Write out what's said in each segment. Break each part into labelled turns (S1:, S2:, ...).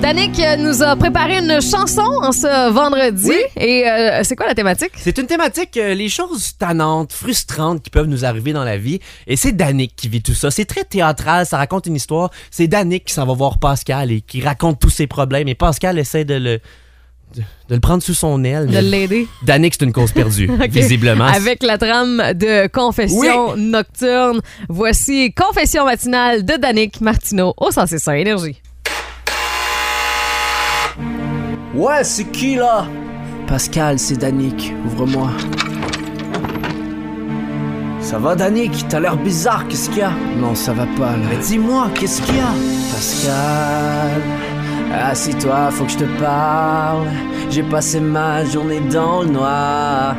S1: Danick euh, nous a préparé une chanson en ce vendredi. Et euh, c'est quoi la thématique?
S2: C'est une thématique, euh, les choses tannantes, frustrantes qui peuvent nous arriver dans la vie. Et c'est Danick qui vit tout ça. C'est très théâtral, ça raconte une histoire. C'est Danick qui s'en va voir Pascal et qui raconte tous ses problèmes. Et Pascal essaie de le, de, de le prendre sous son aile.
S1: De l'aider.
S2: Danick, c'est une cause perdue,
S1: Ok.
S2: visiblement.
S1: Avec la trame de Confession nocturne. Voici Confession matinale de Danick Martineau au 106.1 Énergie.
S3: Ouais, c'est qui là Pascal, c'est Danick. Ouvre-moi. Ça va, Danick T'as l'air bizarre, qu'est-ce qu'il y a Non, ça va pas là. Mais dis-moi, qu'est-ce qu'il y a Pascal, assis-toi, faut que je te parle. J'ai passé ma journée dans le noir.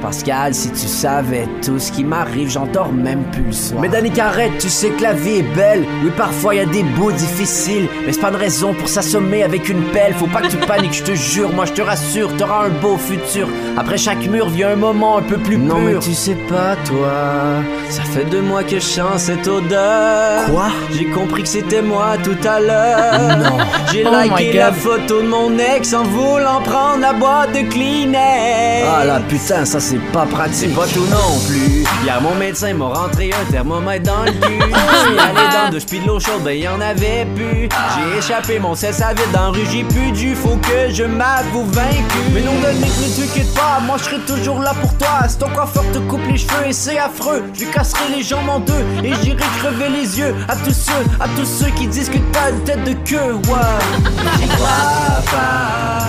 S3: Pascal, si tu savais tout ce qui m'arrive, j'endors même plus le soir. Mais Danick, arrête, tu sais que la vie est belle. Oui, parfois il y a des bouts difficiles, mais c'est pas une raison pour s'assommer avec une pelle. Faut pas que tu paniques, je te jure, moi je te rassure, t'auras un beau futur. Après chaque mur vient un moment un peu plus non, pur. mais tu sais pas, toi, ça fait deux mois que je sens cette odeur. Quoi J'ai compris que c'était moi tout à l'heure. Non. J'ai
S4: Oh my
S3: liké
S4: God.
S3: la photo de mon ex en voulant prendre la boîte de Kleenex. Ah là, putain, ça c'est pas pratique. C'est pas tout non plus. Hier, mon médecin m'a rentré un thermomètre dans le cul. Je suis allé dans deux puis de l'eau chaude, ben y en avait plus. J'ai échappé mon cesse à vide dans la rue, j'ai plus dû, faut que je m'avoue vaincu. Mais non, Dominique, ne t'inquiète pas, moi je serai toujours là pour toi. Si ton coiffeur te coupe les cheveux et c'est affreux, je lui casserai les jambes en deux et j'irai crever les yeux à tous ceux, à tous ceux qui disent que t'as une tête de queue, ouais. J'y crois pas.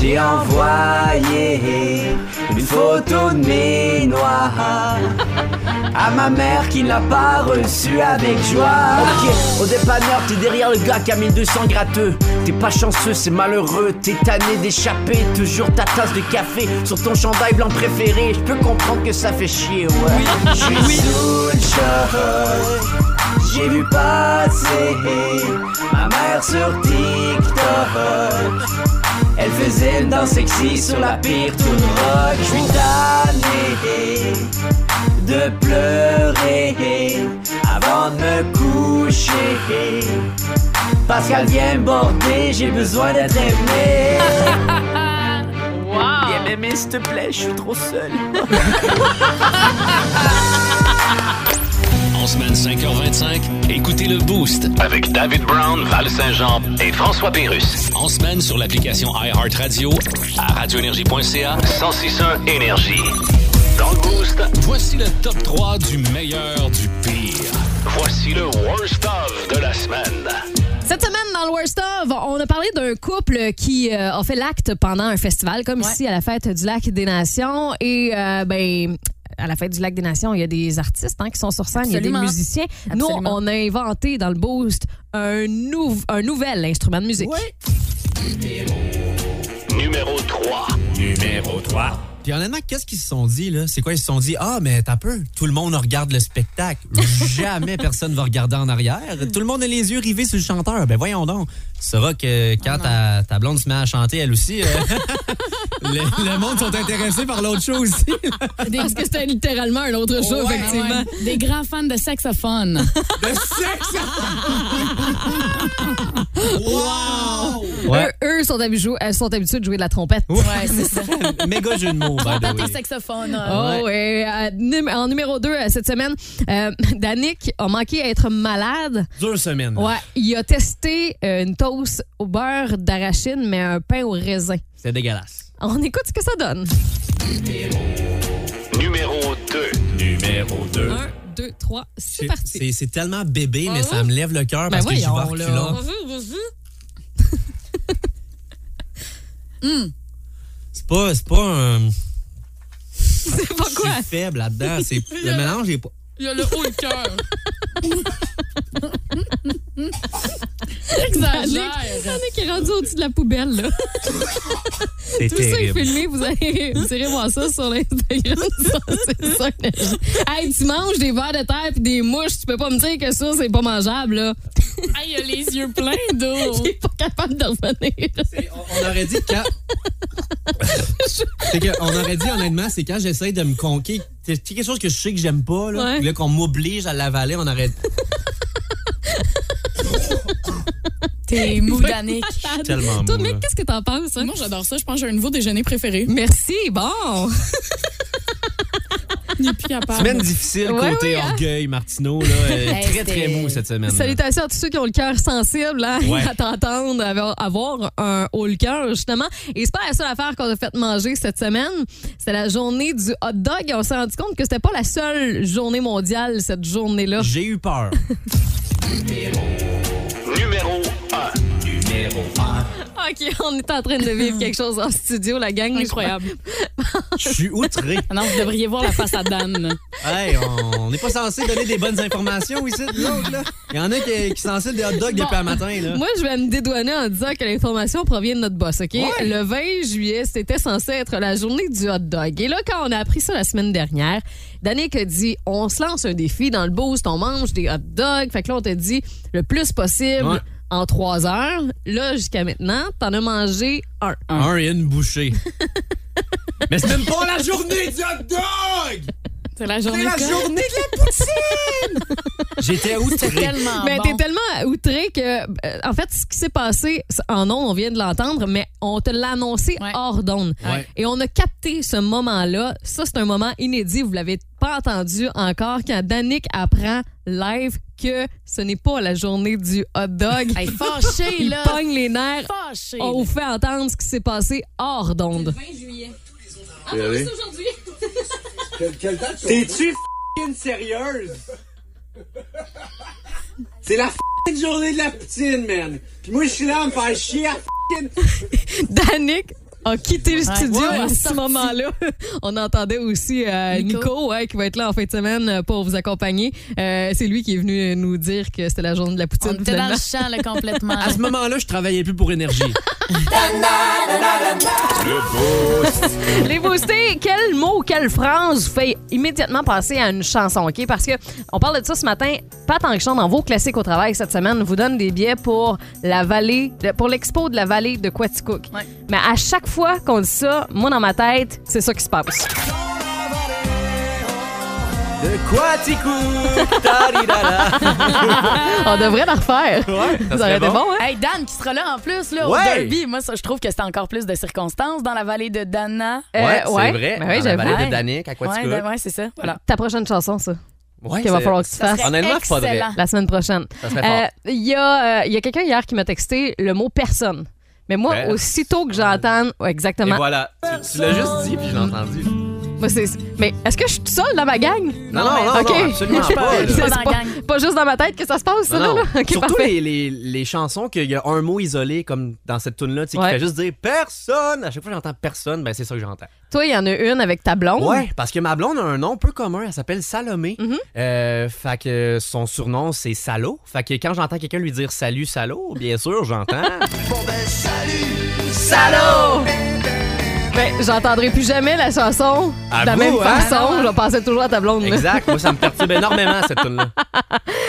S3: J'ai envoyé une photo de mes noirs à ma mère qui l'a pas reçu avec joie. Ok, au dépanneur, t'es derrière le gars qui a 1200 gratteux. T'es pas chanceux, c'est malheureux. T'es tanné d'échapper, toujours ta tasse de café sur ton chandail blanc préféré. Je peux comprendre que ça fait chier, ouais. Je suis sous le choc. J'ai vu passer ma mère sur TikTok. Elle faisait une danse sexy sur la pire tout rock. Je suis tanné de pleurer avant de me coucher. Pascal vient me border, j'ai besoin d'être aimé. Viens m'aimer s'il te plaît, je suis trop seul.
S5: En semaine 5h25, écoutez le Boost avec David Brown, Val Saint-Jean et François Pérus. En semaine sur l'application iHeartRadio à radioénergie.ca 1061 énergie. Dans le Boost, voici le top 3 du meilleur du pire. Voici le worst of de la semaine.
S1: Cette semaine, dans le Worst Of, on a parlé d'un couple qui euh, a fait l'acte pendant un festival, comme ici à la fête du Lac des Nations. Et, euh, ben, à la fête du Lac des Nations, il y a des artistes hein, qui sont sur scène, il y a
S6: Absolument.
S1: des musiciens. Nous,
S6: Absolument.
S1: on a inventé dans le Boost un, nou- un nouvel instrument de musique.
S5: Numéro 3.
S7: Numéro 3. Puis honnêtement, qu'est-ce qu'ils se sont dit, là? C'est quoi? Ils se sont dit, ah, mais t'as peu, tout le monde regarde le spectacle. Jamais personne va regarder en arrière. Tout le monde a les yeux rivés sur le chanteur. Ben voyons donc. Ça va que quand
S1: Ah
S7: ta, ta blonde se met à chanter, elle aussi, euh, le, le monde sont intéressés par l'autre chose aussi.
S1: Parce que c'était littéralement un autre show,
S6: Ouais,
S1: effectivement.
S6: ouais. Des grands fans de saxophone.
S7: Le sexe!
S1: Eux, eux sont, habitués, elles sont habitués de jouer de la trompette.
S6: ouais, c'est ça.
S1: Euh.
S7: Méga jeu de mots, by the way.
S6: Des saxophones.
S1: Oh, ouais. Euh, num- en numéro 2 cette semaine, euh, Danick a manqué à être malade.
S7: Deux semaines.
S1: Ouais, il a testé euh, une toast au beurre d'arachide, mais un pain au raisin.
S7: C'est dégueulasse.
S1: On écoute ce que ça donne.
S5: Numéro 2.
S7: Numéro 2.
S1: 1, 2, 3, c'est parti. Ben
S7: C'est c'est tellement bébé, mais ça me lève le cœur
S3: Ben
S7: parce que j'y vais en reculant. C'est pas, c'est pas un.
S1: C'est pas
S7: Je
S1: quoi?
S7: suis faible là-dedans. C'est le mélange est pas.
S6: Il y a le haut le cœur. Exagère.
S1: Danick est rendu au-dessus de la poubelle, là.
S7: C'est
S1: Tout ça est filmé, vous allez, vous irez voir ça sur l'Instagram. Ça, c'est ça. Hey, tu manges des vers de terre et des mouches, tu peux pas me dire que ça, c'est pas mangeable, là.
S6: Ah, il a les yeux pleins d'eau.
S1: Il est pas capable de revenir.
S5: On aurait dit quand. c'est que, on aurait dit honnêtement, c'est quand j'essaye de me conquer. C'est quelque chose que je sais que j'aime pas, là,
S1: Ouais.
S5: puis là, qu'on m'oblige à l'avaler, on aurait
S8: T'es mou, Danick.
S5: tellement.
S1: Ah, Toi,
S5: mou,
S1: mec,
S5: là.
S1: qu'est-ce que t'en penses? hein?
S6: Moi, j'adore ça. Je pense que j'ai un nouveau déjeuner préféré.
S1: Merci, bon.
S6: Il n'est plus capable.
S5: Semaine difficile
S1: Ouais,
S5: côté
S1: ouais, hein?
S5: orgueil, Martineau. Là, euh,
S8: Hey,
S5: très, très
S8: c'était-
S5: mou cette semaine.
S1: Salutations à tous ceux qui ont le cœur sensible hein,
S5: Ouais.
S1: à t'entendre avoir, avoir un haut le cœur, justement. Et c'est pas la seule affaire qu'on a fait manger cette semaine. C'était la journée du hot dog et on s'est rendu compte que c'était pas la seule journée mondiale, cette journée-là.
S5: J'ai eu peur.
S7: Numéro 1.
S1: OK, on est en train de vivre quelque chose en studio, la gang.
S6: Incroyable.
S5: Je suis outré.
S6: Ah Non, vous devriez voir la face à Dan.
S5: Hey, on n'est pas censé donner des bonnes informations ici. de l'autre, là. Il y en a qui, qui s'en servent des hot dogs depuis un matin. Là.
S1: Moi, je vais me dédouaner en disant que l'information provient de notre boss, OK? Le 20 juillet, c'était censé être la journée du hot dog. Et là, quand on a appris ça la semaine dernière, Danick a dit on se lance un défi dans le boost, on mange des hot dogs. Fait que là, on t'a dit le plus possible
S5: Ouais.
S1: en trois heures. Là, jusqu'à maintenant, t'en as mangé un.
S5: Un et une bouchée. Mais c'est même pas la journée du hot dog!
S6: C'est la journée.
S5: C'est la
S6: quoi?
S5: journée de la poutine! J'étais outré.
S8: Tellement
S1: Mais
S8: Ah, bon.
S1: t'es tellement outré que, euh, en fait, ce qui s'est passé c- en ondes, on vient de l'entendre, mais on te l'a annoncé
S8: Ouais.
S1: hors d'onde.
S5: Ouais.
S1: Et on a capté ce moment-là. Ça, c'est un moment inédit. Vous l'avez pas entendu encore quand Danick apprend live que ce n'est pas la journée du hot dog.
S8: Hey, fâché,
S1: Il
S8: là.
S1: pogne les nerfs.
S8: Fâché.
S1: On vous fait entendre ce qui s'est passé hors d'onde.
S9: Ah, T'es-tu f***ing sérieuse? C'est la f***ing journée de la poutine, man. Puis moi, je suis là à me faire chier à f***ing...
S1: Danick a quitté le studio
S8: Ouais,
S1: à
S8: ouais,
S1: ce moment-là. On entendait aussi euh, Nico,
S8: Nico.
S1: ouais, qui va être là en fin de semaine pour vous accompagner. Euh, c'est lui qui est venu nous dire que c'était la journée de la
S8: On
S1: poutine.
S8: était dans
S1: finalement.
S8: le champ, là, complètement.
S5: À ce moment-là, je travaillais plus pour énergie.
S1: Les boostés, quel mot, quelle phrase vous fait immédiatement passer à une chanson, OK? Parce que on parle de ça ce matin. Pat Anguichon, dans vos classiques au travail cette semaine, vous donne des billets pour la vallée, de- pour l'expo de la vallée de Quaticook.
S8: Ouais.
S1: Mais à chaque fois qu'on dit ça, moi, dans ma tête, c'est ça qui se passe.
S9: De quoi t'y
S1: On devrait la refaire. ça aurait
S9: serait
S1: été
S9: bon.
S1: bon, hein?
S8: Hey, Dan qui sera là en plus, là, au
S9: Ouais.
S8: derby. Moi, ça, je trouve que c'était encore plus de circonstances dans la vallée de Dana.
S1: Euh,
S3: Ouais, c'est vrai.
S1: Ben oui,
S3: Dans
S1: j'avoue.
S3: la vallée
S8: Ouais.
S3: de Danick, à
S8: Ouais,
S3: Quaticook.
S8: Dan- ouais, c'est ça. Voilà.
S1: Ta prochaine chanson, ça.
S3: Ouais,
S1: Qu'il va
S3: c'est-
S1: falloir que tu
S8: Ça
S1: fasses.
S8: serait
S3: Honnêtement, faudrait.
S8: excellent.
S1: La semaine prochaine.
S3: Ça serait
S1: Euh,
S3: fort.
S1: Il y a, euh, il y a quelqu'un hier qui m'a texté le mot personne. Mais moi,
S3: Personne.
S1: aussitôt que j'entends. Ouais,
S3: Et
S1: exactement.
S3: voilà. Tu, tu l'as juste dit, puis je l'ai entendu.
S1: Moi, c'est- mais est-ce que je suis toute seule dans ma gang?
S3: Non, non, non,
S1: OK.
S3: non, absolument
S1: C'est
S3: pas, là.
S8: Pas dans la
S1: pas,
S8: gang.
S1: pas juste dans ma tête que ça se passe, ça,
S3: Non,
S1: là,
S3: non.
S1: là. OK,
S3: Surtout
S1: parfait.
S3: les, les, les chansons qu'il y a un mot isolé, comme dans cette tune là tu sais,
S1: Ouais.
S3: qui fait juste dire personne. À chaque fois que j'entends personne, ben c'est ça que j'entends.
S1: Toi, il y en a une avec ta blonde.
S3: Ouais, parce que ma blonde a un nom peu commun, elle s'appelle Salomé.
S1: Mhm.
S3: Euh, fait que son surnom c'est Salo. Fait que quand j'entends quelqu'un lui dire salut Salo, bien sûr, j'entends.
S1: Ben, j'entendrai plus jamais la chanson
S3: À
S1: de la
S3: vous,
S1: même
S3: hein?
S8: Ah,
S1: façon. Je vais penser toujours à ta blonde. là.
S3: exact, moi ça me perturbe énormément cette tune là.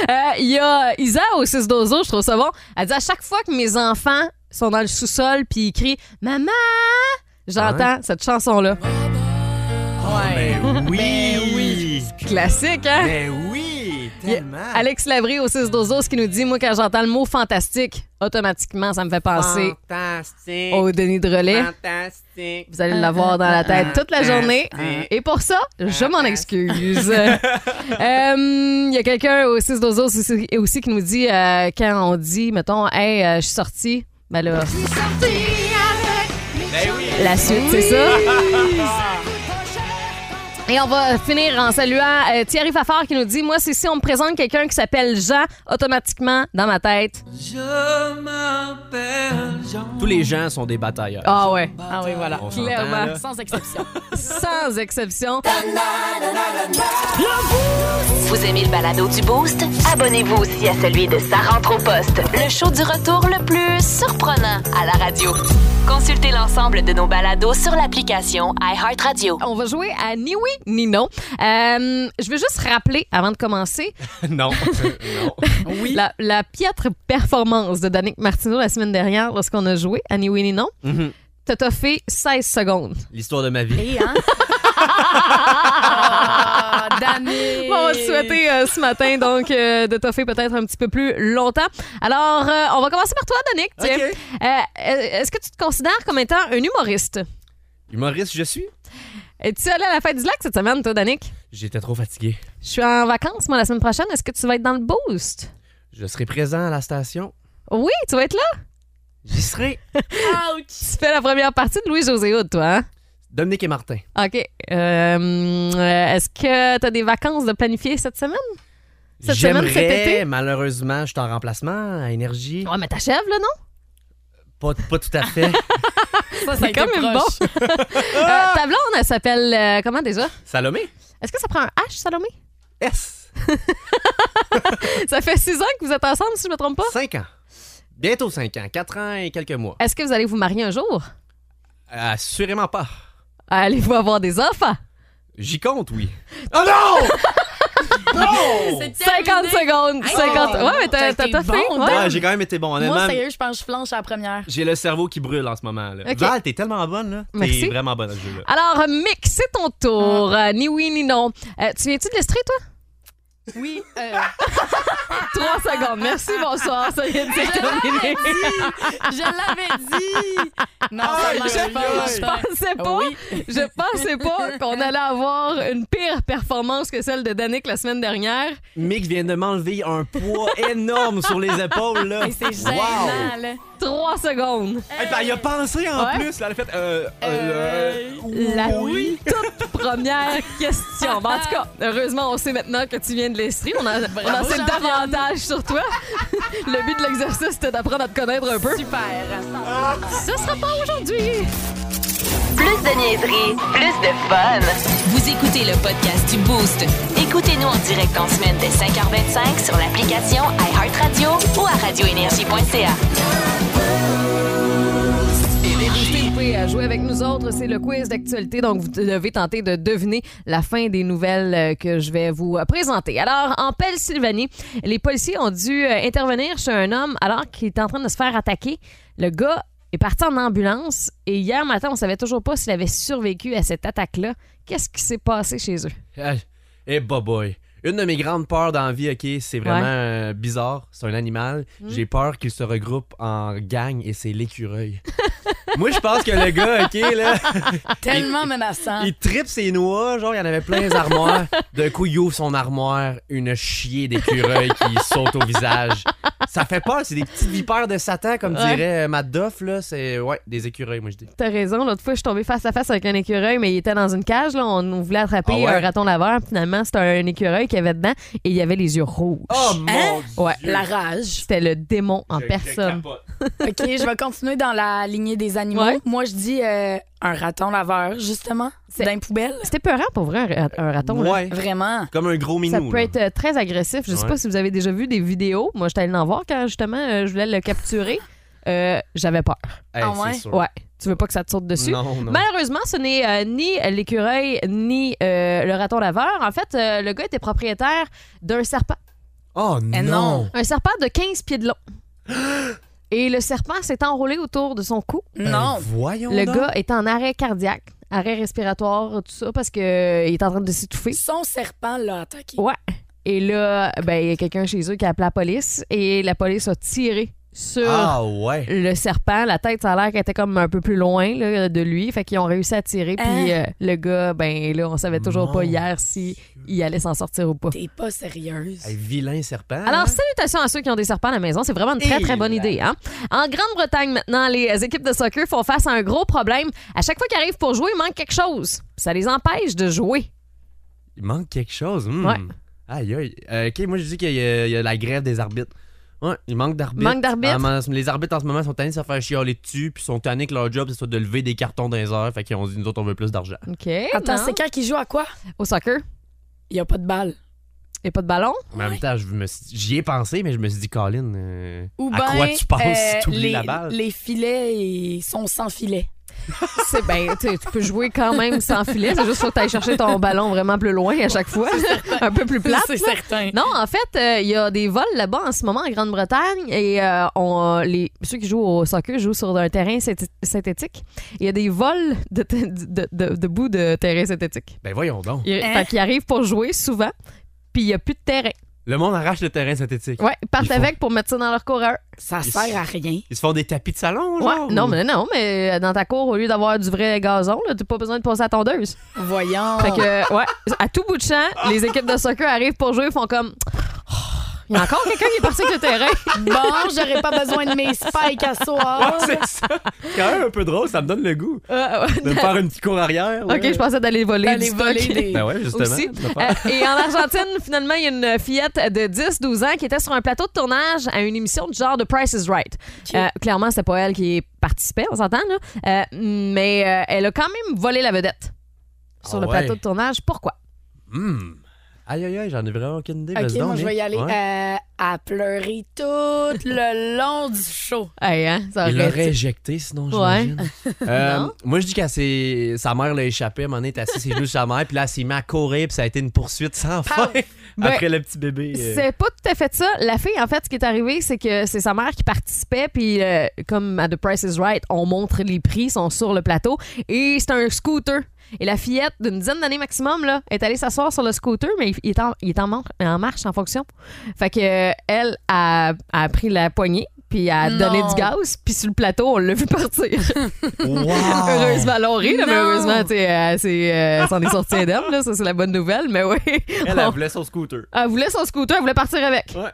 S1: Euh, Il y a Isa au 6 dozo, je trouve ça bon. Elle dit à chaque fois que mes enfants sont dans le sous-sol puis ils crient Maman,
S3: Ah
S1: j'entends cette chanson-là.
S8: Ouais.
S3: oui, Ben oui,
S1: Classique, hein?
S3: mais oui, tellement.
S1: Alex Labrie au 6 dozo, ce qui nous dit Moi, quand j'entends le mot fantastique, automatiquement, ça me fait penser
S3: Fantastique.
S1: au Denis de relais.
S3: Fantastique.
S1: Vous allez l'avoir dans la tête toute la journée. Et pour ça, je m'en excuse. Euh, Il y a quelqu'un au 6 dozo aussi, aussi qui nous dit euh, quand on dit, mettons, Hey, euh, je suis sorti. Ben là,
S3: Ben
S1: la suite, c'est ça. Et on va finir en saluant euh, Thierry Fafard qui nous dit Moi, c'est si on me présente quelqu'un qui s'appelle Jean, automatiquement, dans ma tête.
S9: Je m'appelle
S3: Tous les gens sont des batailleurs.
S1: Ah ouais,
S8: Ah oui, voilà.
S3: On s'entend,
S1: clairement.
S3: là.
S8: Sans exception.
S1: Sans exception.
S10: Vous aimez le balado du Boost? Abonnez-vous aussi à celui de Sa rentre au poste, le show du retour le plus surprenant à la radio. Consultez l'ensemble de nos balados sur l'application iHeartRadio.
S1: On va jouer à ni oui ni non. Euh, je veux juste rappeler, avant de commencer,
S3: non. non.
S1: la, la piètre performance de Danick Martineau la semaine dernière lorsqu'on a joué à ni oui ni non.
S3: Mhm.
S1: T'as toffé 16 secondes.
S3: L'histoire de ma vie.
S8: Et hein? Ah, damné!
S1: Bon, on va te souhaiter euh, ce matin donc euh, de toffer peut-être un petit peu plus longtemps. Alors, euh, on va commencer par toi, Danick. tiens. Euh, Est-ce que tu te considères comme étant un humoriste?
S3: Humoriste, je suis.
S1: Es-tu allé à la fête du lac cette semaine, toi, Danick?
S3: J'étais trop fatigué.
S1: Je suis en vacances, moi, la semaine prochaine. Est-ce que tu vas être dans le boost?
S3: Je serai présent à la station.
S1: Oui, tu vas être là.
S3: J'y serai.
S1: Tu fais la première partie de Louis-José Hood, toi, hein?
S3: Dominique et Martin.
S1: OK. Euh, Est-ce que tu as des vacances de planifier cette semaine? Cette semaine,
S3: J'aimerais,
S1: cet été? Ah.
S3: malheureusement, je suis en remplacement à Énergie.
S1: Ouais, mais t'achèves, là, non?
S3: Pas, pas tout à fait.
S8: Ça, ça a
S1: C'est quand
S8: été
S1: même
S8: proche.
S1: bon.
S8: Ah!
S1: Euh, ta blonde, elle s'appelle euh, comment déjà?
S3: Salomé?
S1: Est-ce que ça prend un H, Salomé?
S3: S.
S1: Ça fait six ans que vous êtes ensemble, si je me trompe pas.
S3: 5 ans. Bientôt 5 ans. 4 ans et quelques mois.
S1: Est-ce que vous allez vous marier un jour?
S3: Assurément pas.
S1: Allez-vous avoir des enfants?
S3: J'y compte, oui. Oh non! non!
S1: 50 secondes! 50...
S8: non.
S1: Ouais, mais
S8: Ça a
S1: t'as
S8: été
S1: t'as toffé.
S8: bon,
S1: ouais.
S8: Dan.
S3: Ouais, j'ai quand même été bon. Honnêtement,
S8: Moi, sérieux, je pense que je flanche à la première.
S3: j'ai le cerveau qui brûle en ce moment. Là.
S1: Ok.
S3: Val, t'es tellement bonne. là.
S1: Merci.
S3: T'es vraiment bonne à ce jeu-là.
S1: Alors, Mick, c'est ton tour.
S8: Ah.
S1: Euh, ni oui, ni non. Euh, tu viens-tu de l'Estrie, toi?
S8: Oui. euh.
S1: Trois secondes. Merci, bonsoir. Ça y est, c'est terminé.
S8: je l'avais dit. Non, ça
S3: aïe,
S8: marche pas.
S1: Je pensais pas, je pensais pas qu'on allait avoir une pire performance que celle de Danick la semaine dernière.
S3: Mick vient de m'enlever un poids énorme sur les épaules. Là.
S8: Et c'est
S3: Wow!
S8: gênant, là.
S1: Trois secondes.
S3: Hey, puis elle y a pensé en
S8: Ouais.
S3: plus. Là, elle a fait. euh, euh, euh,
S1: La
S3: oui.
S1: toute première question. Bon, en tout cas, heureusement, on sait maintenant que tu viens de l'Estrie. On en, on en sait
S8: championne.
S1: davantage sur toi. Le but de l'exercice, c'était d'apprendre à te connaître un peu.
S8: Super.
S1: Ce sera pas aujourd'hui.
S10: Plus de niaiserie, plus de fun. Vous écoutez le podcast du Boost. Écoutez-nous en direct en semaine dès 5h25 sur l'application iHeartRadio ou à radioénergie.ca.
S1: Vous pouvez euh, jouer avec nous autres. C'est le quiz d'actualité. Donc, vous devez tenter de deviner la fin des nouvelles euh, que je vais vous euh, présenter. Alors, en Pennsylvanie, les policiers ont dû euh, intervenir chez un homme alors qu'il était en train de se faire attaquer. Le gars est parti en ambulance et hier matin, on savait toujours pas s'il avait survécu à cette attaque-là. Qu'est-ce qui s'est passé chez eux?
S3: Hey, hey, Eh, boboy. Une de mes grandes peurs dans la vie, OK, c'est vraiment
S1: Ouais.
S3: euh, bizarre. C'est un animal. J'ai peur qu'il se regroupe en gang et c'est l'écureuil. Moi, je pense que le gars, OK, là,
S8: Tellement
S1: Ah.
S8: menaçant.
S3: il tripe ses noix. Genre, il y en avait plein les armoires. D'un coup, il ouvre son armoire, une chier d'écureuil qui saute au visage. Ça fait peur. C'est des petites vipères de Satan, comme
S1: Ouais.
S3: dirait euh, Matt Duff, là. C'est, ouais, des écureuils, moi, je dis.
S1: T'as raison, l'autre fois, je suis tombée face à face avec un écureuil, mais il était dans une cage. Là. On, on voulait attraper euh,
S3: Ah ouais?
S1: un raton laveur. Finalement, c'était un écureuil qui avait dedans et il avait les yeux rouges.
S3: Oh, mon
S1: Hein? Ouais.
S3: Dieu.
S8: La rage.
S1: C'était le démon en
S3: Je- je
S1: personne.
S3: capote.
S8: OK, je vais continuer dans la lignée des animaux.
S1: Ouais.
S8: Moi, je dis euh, un raton laveur, justement,
S1: C'est-
S8: dans une poubelle.
S1: C'était peurant pour vrai, un ra- un raton. là.
S3: Ouais.
S8: Vraiment.
S3: Comme un gros minou.
S1: Ça peut
S3: là.
S1: être euh, très agressif. Je sais
S3: Ouais.
S1: pas si vous avez déjà vu des vidéos. Moi, j'étais allée en voir quand justement euh, je voulais le capturer. Euh, J'avais peur.
S3: Hey,
S8: Ah
S3: c'est
S8: ouais?
S3: sûr.
S1: Ouais. Ben, Tu veux pas que ça te saute dessus?
S3: Non, non.
S1: Malheureusement, ce n'est euh, ni l'écureuil ni euh, le raton laveur. En fait, euh, le gars était propriétaire d'un serpent.
S3: Oh
S8: Eh non.
S1: Un serpent de 15 pieds de long. Et le serpent s'est enroulé autour de son cou.
S8: Non.
S3: Ben, voyons
S1: Le
S3: donc.
S1: gars est en arrêt cardiaque, arrêt respiratoire, tout ça, parce qu'il est en train de s'étouffer.
S8: Son serpent l'a attaqué.
S1: Ouais. Et là, ben, il y a quelqu'un chez eux qui a appelé la police et la police a tiré sur
S3: Ah ouais.
S1: le serpent. La tête, ça a l'air qu'elle était comme un peu plus loin là, de lui. Fait qu'ils ont réussi à tirer. Puis euh, le gars, ben là, on savait toujours
S3: Mon
S1: pas hier s'il allait s'en sortir ou pas.
S8: T'es pas sérieuse.
S3: Hey, vilain serpent.
S1: Alors, salutations à ceux qui ont des serpents à la maison. C'est vraiment une très,
S3: Et
S1: très bonne
S3: là.
S1: idée. hein. En Grande-Bretagne, maintenant, les équipes de soccer font face à un gros problème. À chaque fois qu'ils arrivent pour jouer, il manque quelque chose. Ça les empêche de jouer.
S3: Il manque quelque chose. hmm.
S1: Ouais.
S3: Aïe, aïe. Euh, ok, moi je dis qu'il y, a- il y a la grève des arbitres. Ouais, il manque d'arbitres.
S1: Manque d'arbitres.
S3: Ah, mais les arbitres en ce moment sont tannés de se faire chialer dessus, puis sont tannés que leur job, c'est soit de lever des cartons dans les heures. Fait qu'ils ont dit, nous autres, on veut plus d'argent.
S1: OK.
S8: Attends,
S1: non.
S8: c'est quand qui joue à quoi?
S1: Au soccer,
S8: Il n'y a pas de balle.
S1: il n'y a pas de ballon.
S3: Mais en même temps, je me suis- j'y ai pensé, mais je me suis dit, Colin, euh,
S8: Ou
S3: à quoi
S8: ben,
S3: tu penses si
S8: euh,
S3: tu
S8: les,
S3: la balle?
S8: Les filets ils sont sans filet.
S1: C'est ben, tu sais, tu peux jouer quand même sans filet. C'est juste faut que tu ailles chercher ton ballon vraiment plus loin à chaque fois. Un peu plus plate.
S8: C'est
S1: là.
S8: certain.
S1: Non, en fait, euh, il y a des vols là-bas en ce moment en Grande-Bretagne et euh, on, les, ceux qui jouent au soccer jouent sur un terrain synthi- synthétique. Il y a des vols de, te- de, de- de bout de terrain synthétique.
S3: Ben voyons donc.
S1: Il,
S8: Hein?
S1: Fait qu'ils arrivent pour jouer souvent, puis il n'y a plus de terrain.
S3: Le monde arrache le terrain synthétique.
S1: Ouais, ils partent
S3: Il faut-
S1: avec pour mettre ça dans leur coureur.
S8: Ça sert à rien.
S3: Ils se font des tapis de salon,
S1: Ouais,
S3: genre?
S1: non,
S3: ou-
S1: mais non, mais euh, dans ta cour, au lieu d'avoir du vrai gazon, là, t'as pas besoin de passer à la tondeuse.
S8: Voyons.
S1: Fait que, ouais, à tout bout de champ, les équipes de soccer arrivent pour jouer, font comme. Oh, Il y a encore quelqu'un qui est parti avec le terrain.
S8: Bon, j'aurais pas besoin de mes spikes à soir.
S3: Ouais, c'est ça. C'est quand même un peu drôle, ça me donne le goût
S1: Euh,
S3: de me faire une petite cour arrière. ouais.
S1: Ok, je pensais d'aller voler du
S8: D'aller
S1: stock.
S8: voler des-
S3: Ben ouais, justement.
S1: Aussi.
S3: ça fait-
S1: Euh, et en Argentine, finalement, il y a une fillette de 10-12 ans qui était sur un plateau de tournage à une émission du genre de Price is Right. Euh, clairement, c'était pas elle qui participait, on s'entend, là. Euh, mais euh, elle a quand même volé la vedette sur
S3: Ah
S1: le
S3: ouais.
S1: plateau de tournage. Pourquoi?
S3: Hmm. Aïe, aïe, aïe, j'en ai vraiment aucune idée.
S8: Ok,
S3: vas-y donc,
S8: moi, je vais
S3: Nick.
S8: y aller
S3: Ouais.
S8: euh, à pleurer tout le long du show.
S1: Hey, hein,
S8: Euh,
S1: ça
S3: Il
S1: aurait-
S3: l'aurait éjecté, sinon, j'imagine. Euh, moi, je dis qu'à ses... sa mère l'a échappé. À un moment donné, elle est assise, c'est juste sa mère. Puis là, elle s'est mise à courir. Puis ça a été une poursuite
S8: Ah,
S3: sans fin
S1: Ben,
S3: après le petit bébé. euh.
S1: C'est pas tout à fait ça. La fille, en fait, ce qui est arrivé, c'est que c'est sa mère qui participait, puis euh, comme à The Price is Right, on montre les prix, sont sur le plateau, et c'est un scooter. Et la fillette d'une dizaine d'années maximum là, est allée s'asseoir sur le scooter, mais il- il est en, il est en, man- en marche, en fonction. Fait que euh, elle a, a pris la poignée, puis a donné
S8: Non.
S1: du gaz, puis sur le plateau, on l'a vu partir.
S3: Wow!
S1: heureusement, l'on rit, là, mais
S8: Ah. Non.
S1: heureusement, tu sais, elle s'est, euh, s'en est sortie indemne, là, ça c'est la bonne nouvelle, mais oui.
S3: Elle, elle voulait son scooter.
S1: Elle voulait son scooter, elle voulait partir avec.
S3: Ouais.